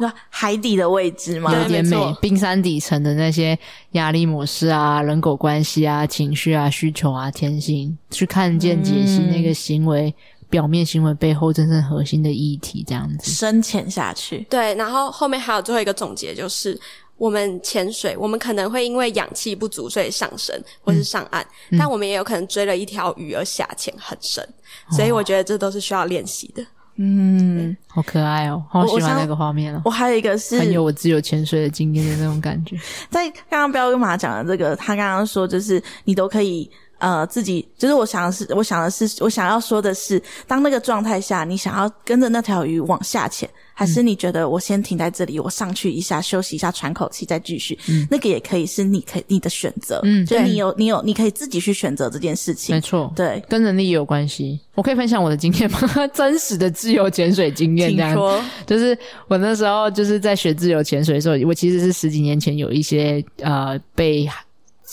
S3: 那海底的位置吗？
S1: 有点
S2: 没
S1: 美
S2: 错，
S1: 冰山底层的那些压力模式啊、人狗关系啊、情绪啊、需求啊、天性，去看见解析那个行为、
S3: 嗯
S1: 表面行为背后真正核心的议题，这样子。
S3: 深潜下去，
S2: 对，然后后面还有最后一个总结就是。我们潜水，我们可能会因为氧气不足，所以上升或是上岸，但我们也有可能追了一条鱼而下潜很深，所以我觉得这都是需要练习的。
S3: 嗯，
S1: 好可爱哦，好
S3: 我
S1: 喜欢
S3: 想
S1: 那个画面哦，
S3: 我还有一个是
S1: 很有我自由潜水的经验的那种感 觉。
S3: 在刚刚彪哥马讲的这个，他刚刚说就是你都可以。呃，自己就是我想的是，我想的是，我想要说的是，当那个状态下，你想要跟着那条鱼往下潜，还
S1: 嗯
S3: 是你觉得我先停在这里，我上去一下休息一下，喘口气再继续？那个也可以是你可以你的选择，
S1: 嗯
S3: 就是
S1: 对
S3: 你有你有你可以自己去选择这件事情
S1: 没，错，
S3: 对，
S1: 跟能力也有关系。我可以分享我的经验吗？ 真实的自由潜水经验，
S3: 请
S1: 这样子
S3: 说，
S1: 就是我那时候就是在学自由潜水的时候，我其实是十几年前有一些呃被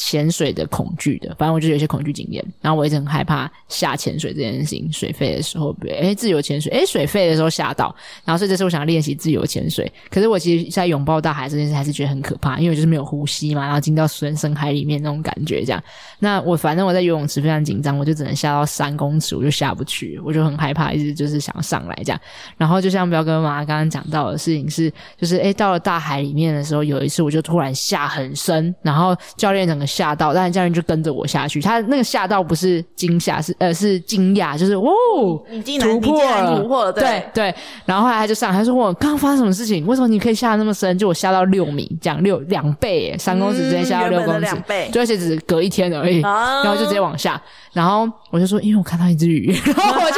S1: 潜水的恐惧的，反正我就有一些恐惧经验。然后我一直很害怕下潜水这件事情，水费的时候被，诶自由潜水，诶水费的时候吓到。然后所以这次我想练习自由潜水，可是我其实在拥抱大海这件事还是觉得很可怕，因为我就是没有呼吸嘛，然后进到深深海里面那种感觉这样。那我反正我在游泳池非常紧张，我就只能下到三公尺，我就下不去，我就很害怕，一直就是想要上来这样。然后就像彪哥妈刚刚讲到的事情是，就是诶到了大海里面的时候，有一次我就突然下很深，然后教练整个吓到，但是教练就跟着我下去。他那个吓到不是惊吓，是呃是惊讶，就是哦，
S3: 你竟然
S1: 突
S3: 你竟
S1: 破
S3: 然
S1: 了，
S3: 突破了，
S1: 对对。然后后来他就上来，他说我刚刚发生什么事情？为什么你可以下得那么深？就我下到六米，这样六两倍耶，三公尺直接下到
S3: 嗯原
S1: 六
S3: 本
S1: 公
S3: 的
S1: 尺，
S3: 两倍
S1: 就而且只隔一天而已，
S3: 啊
S1: 然后就直接往下。然后我就说，因为我看到一只鱼， 然后我就。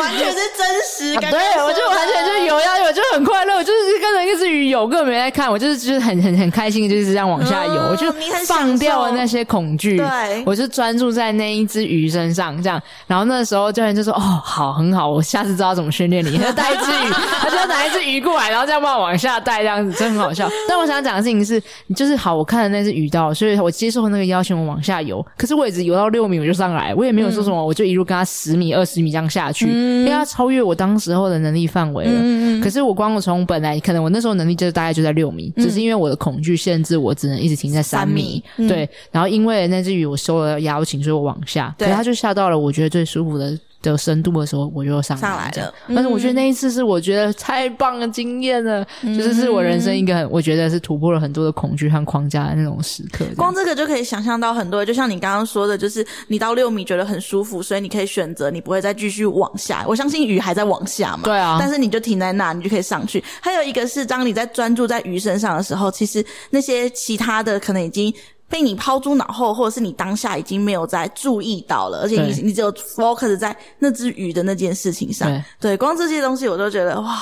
S3: 完全是真实
S1: 啊
S3: 感觉、
S1: 对，我就完全就游下去，我就很快乐，我就是跟着一只鱼游，根本没在看，我就是就是很很很开心，就是这样往下游，
S3: 嗯
S1: 我就
S3: 你很享
S1: 放掉了
S3: 受
S1: 那些恐惧，
S3: 对
S1: 我就专注在那一只鱼身上，这样。然后那时候教练就说：“哦，好，很好，我下次知道怎么训练你。”他就带一只鱼，他就拿一只鱼过来，然后这样帮我往下带，这样子真很好笑。但我想讲的事情是，你就是好，我看了那只鱼到，所以我接受那个邀请，我往下游。可是我也只游到六米我就上来，我也没有说什么，我就一路跟他十米、二十米这样下去，因为他超越我当时候的能力范围了。可是我光我从本来可能我那时候能力就是大概就在六米，只是因为我的恐惧限制，我只能一直停在三米。
S3: 三米嗯
S1: 对，然后因为那只鱼我收了邀请，所以我往下，
S3: 对
S1: 可是它就下到了我觉得最舒服的的深度的时候，我就上
S3: 上来
S1: 这样
S3: 了。嗯
S1: 但是我觉得那一次是我觉得太棒的经验了，就是是我人生一个很我觉得是突破了很多的恐惧和框架的那种时刻。这样
S3: 光这个就可以想象到很多，就像你刚刚说的，就是你到六米觉得很舒服，所以你可以选择你不会再继续往下。我相信鱼还在往下嘛，
S1: 对啊
S3: 但是你就停在那，你就可以上去。还有一个是，当你在专注在鱼身上的时候，其实那些其他的可能已经。被你抛诸脑后，或者是你当下已经没有在注意到了，而且你
S1: 对
S3: 你只有 focus 在那只鱼的那件事 情上。
S1: 对
S3: 对，光这些东西我都觉得哇，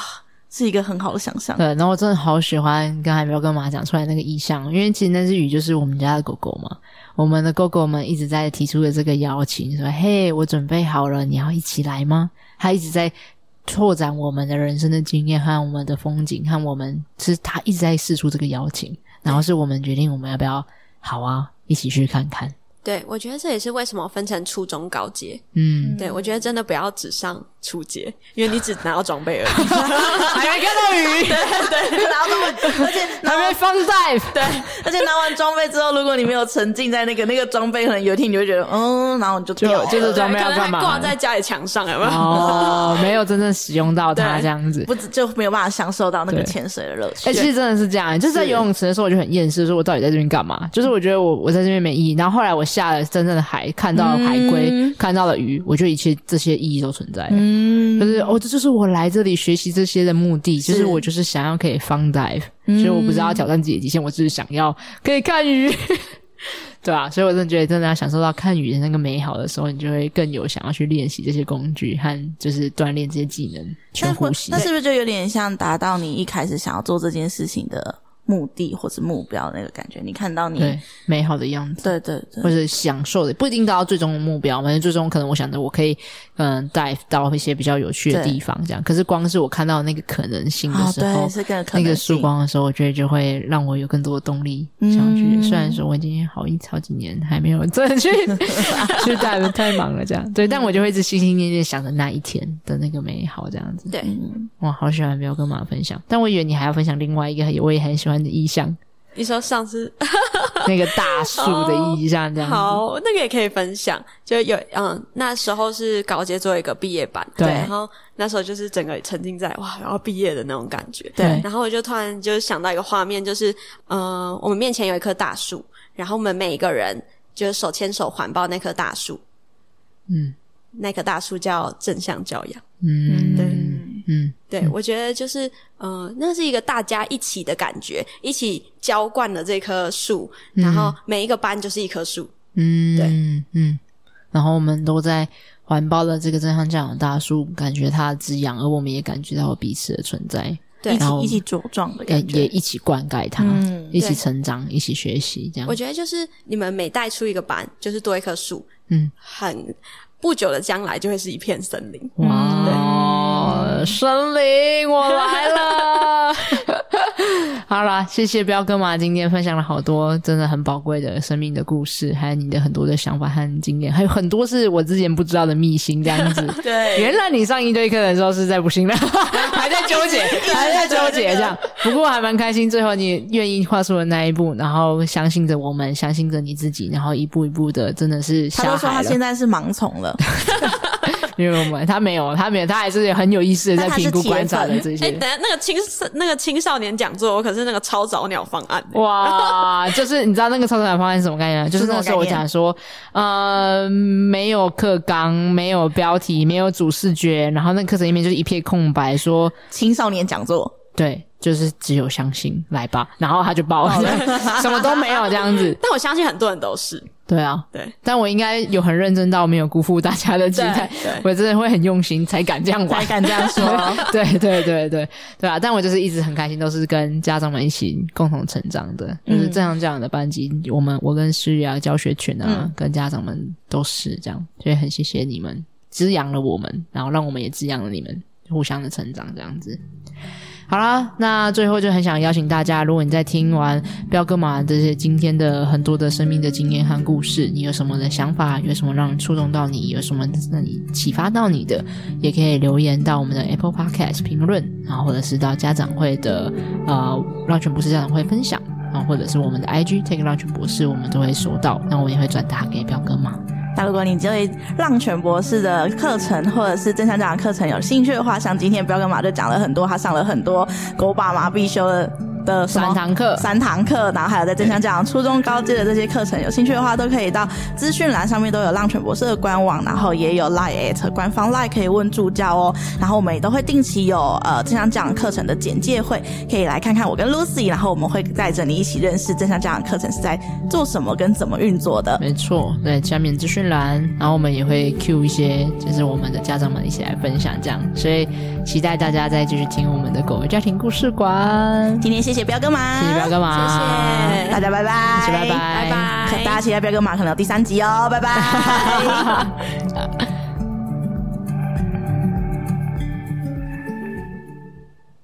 S3: 是一个很好的想象。
S1: 对，然后我真的好喜欢刚才没有跟妈讲出来那个意象，因为其实那只鱼就是我们家的狗狗嘛。我们的狗狗们一直在提出了这个邀请，说：“嘿，我准备好了，你要一起来吗？”它一直在拓展我们的人生的经验和我们的风景，和我们是它一直在试出这个邀请，然后是我们决定我们要不要好啊，一起去看看。
S2: 对，我觉得这也是为什么分成初中、高阶。
S1: 嗯，
S2: 对我觉得真的不要只上初阶，因为你只拿到装备而已。
S1: 还没看到鱼，
S3: 然后而且
S1: 还没放在。
S3: 对，而且拿完装备之后，如果你没有沉浸在那个那个装备，可能有一天你就会觉得，嗯，然后你就掉了
S1: 就就是装备
S2: 对啊
S1: 要
S2: 可能
S1: 干
S2: 还
S1: 嘛
S2: 挂在家里墙上，有没有？
S1: 哦，没有真正使用到它
S2: 对
S1: 这样子。
S3: 不止就没有办法享受到那个
S1: 对
S3: 潜水的乐趣。
S1: 哎、其实真的是这样、就是在游泳池的时候，我就很厌世，说我到底在这边干嘛？就是我觉得我我在这边没意义。然后后来我下了真正的海，看到
S3: 嗯
S1: 了海龟，看到了鱼，我觉得一切这些意义都存在了。
S3: 嗯，
S1: 就是哦，这就是我来这里学习这些的目的，就是
S3: 是嗯
S1: 我就是想要可以 fun dive，、所以我不是要挑战自己的极限，我只是想要可以看 鱼，对啊，所以我真的觉得，真的要享受到看鱼的那个美好的时候，你就会更有想要去练习这些工具和就是锻炼这些技能，全
S3: 那会
S1: 呼吸
S3: 那。是不是就有点像达到你一开始想要做这件事情的目的或是目标那个感觉？你看到你，
S1: 对美好的样子，
S3: 对对对
S1: 或者享受的，不一定达到最终的目标嘛。反正最终可能我想着我可以，嗯，dive 到一些比较有趣的
S3: 对
S1: 地方，这样。可是光是我看到那个可能性的
S3: 哦，
S1: 时候
S3: 对，，是更有可
S1: 那
S3: 能
S1: 个
S3: 性
S1: 曙，光的时候，我觉得就会让我有更多的动力
S3: 嗯
S1: 想要去。虽然说我已经好一好几年还没有真的 去去带了，太忙了这样。对，但我就会一直心心念念想着那一天的那个美好这样子。
S2: 对，
S3: 嗯
S1: 哇，好喜欢没有跟妈妈分享，但我以为你还要分享另外一个我也很喜欢的意象，
S2: 你说上次
S1: 那个大树的意象 这样子。
S2: 好，那个也可以分享。就有嗯，那时候是高阶做一个毕业班，
S1: 对
S2: 然后那时候就是整个沉浸在哇，然后毕业的那种感觉。
S1: 对
S2: 然后我就突然就想到一个画面，就是呃，我们面前有一棵大树，然后我们每一个人就是手牵手环抱那棵大树，
S1: 嗯
S2: 那棵大树叫正向教养。
S1: 嗯
S2: 对
S1: 嗯
S2: 对，我觉得就是，呃，那是一个大家一起的感觉，一起浇灌了这棵树，然后每一个班就是一棵树，
S1: 嗯，
S2: 对
S1: 嗯，然后我们都在环抱了这个正向教养大树，感觉它的滋养，而我们也感觉到彼此的存在。
S2: 对
S3: 一
S1: 然后
S3: 起一起茁壮的
S1: 也
S3: 感
S1: 也
S3: 觉。
S1: 一起灌溉它，
S3: 嗯
S1: 一起
S2: 对
S1: 成长，一起学习，这样
S2: 我。觉得就是你们每带出一个班，就是多一棵树，
S1: 嗯，
S2: 很不久的将来就会是一片森林。
S1: 哇，森林，我来了！ 好啦，谢谢彪哥嘛，今天分享了好多真的很宝贵的生命的故事，还有你的很多的想法和经验，还有很多是我之前不知道的秘辛，这样子。
S2: 哎
S3: 对，
S1: 原来你上一对课的时候是在不行了，还在纠 结，还在纠结这样。不过还蛮开心，最后你愿意跨出了那一步，然后相信着我们，相信着你自己，然后一步一步的，真的是
S3: 他
S1: 下
S3: 都说
S1: 海
S3: 他
S1: 了。
S3: 现在是盲从了，
S1: 因为我们他没有，他没有，他还是很有意识的在
S3: 但他是
S1: 评估
S3: 铁
S1: 观察的
S3: 粉
S1: 这
S2: 哎、
S1: 些。
S2: 等一下那个青那个青少年讲座，我可是那个超早鸟方案、
S1: 哇，就是你知道那个超短方案是什么概念吗？就是那时候我讲说，呃，没有课纲，没有标题，没有主视觉，然后那课程里面就是一片空白，说
S3: 青少年 讲座，
S1: 对，就是只有相信，来吧。然后他就爆
S2: 哦
S1: 了， 什么都没有这样 子。
S2: 但我相信很多人都是
S1: 对啊，
S2: 对，
S1: 但我应该有很认真到没有辜负大家的期待
S2: 对对，
S1: 我真的会很用心才敢这样玩
S3: 才。敢这样说。
S1: 对对对对对啊！但我就是一直很开心，都是跟家长们一起共同成长的，就是这样这样的班级，我们我跟诗雨啊、教学群啊，跟家长们都是这样，所以很谢谢你们滋养了我们，然后让我们也滋养了你们，互相的成长这样子。好啦，那最后就很想邀请大家，如果你在听完彪哥嘛这些今天的很多的生命的经验和故事，你有什么的想法，有什么让你触动到你，有什么让你启发到你的，也可以留言到我们的 Apple Podcast 评论，然后或者是到家长会的呃让全博士家长会分享，然后或者是我们的 IG Take 让全博士，我们都会收到，那我们也会转达给彪哥嘛。
S3: 那如果你对浪犬博士的课程或者是正向讲的课程有兴趣的话，像今天彪跟马就讲了很多，他上了很多狗爸妈必修的的什么
S1: 三堂课，
S3: 三堂课，然后还有在正向教养初中高阶的这些课程，有兴趣的话都可以到资讯栏上面都有浪犬博士的官网，然后也有 Line at 官方 Line 可以问助教哦。然后我们也都会定期有呃正向教养课程的简介会，可以来看看我跟 Lucy，然后我们会带着你一起认识正向教养课程是在做什么跟怎么运作的。
S1: 没错，对，下面资讯栏，然后我们也会 Q 一些，就是我们的家长们一起来分享这样，所以期待大家再继续听我们的狗儿家庭故事馆。
S3: 今天谢谢彪哥马，
S1: 谢谢彪哥
S2: 谢
S1: 嘛，
S2: 谢，
S3: 大家拜拜，
S1: 谢谢，拜拜，
S2: 拜拜，
S3: 大家期待彪哥马可能有第三集哦，拜拜。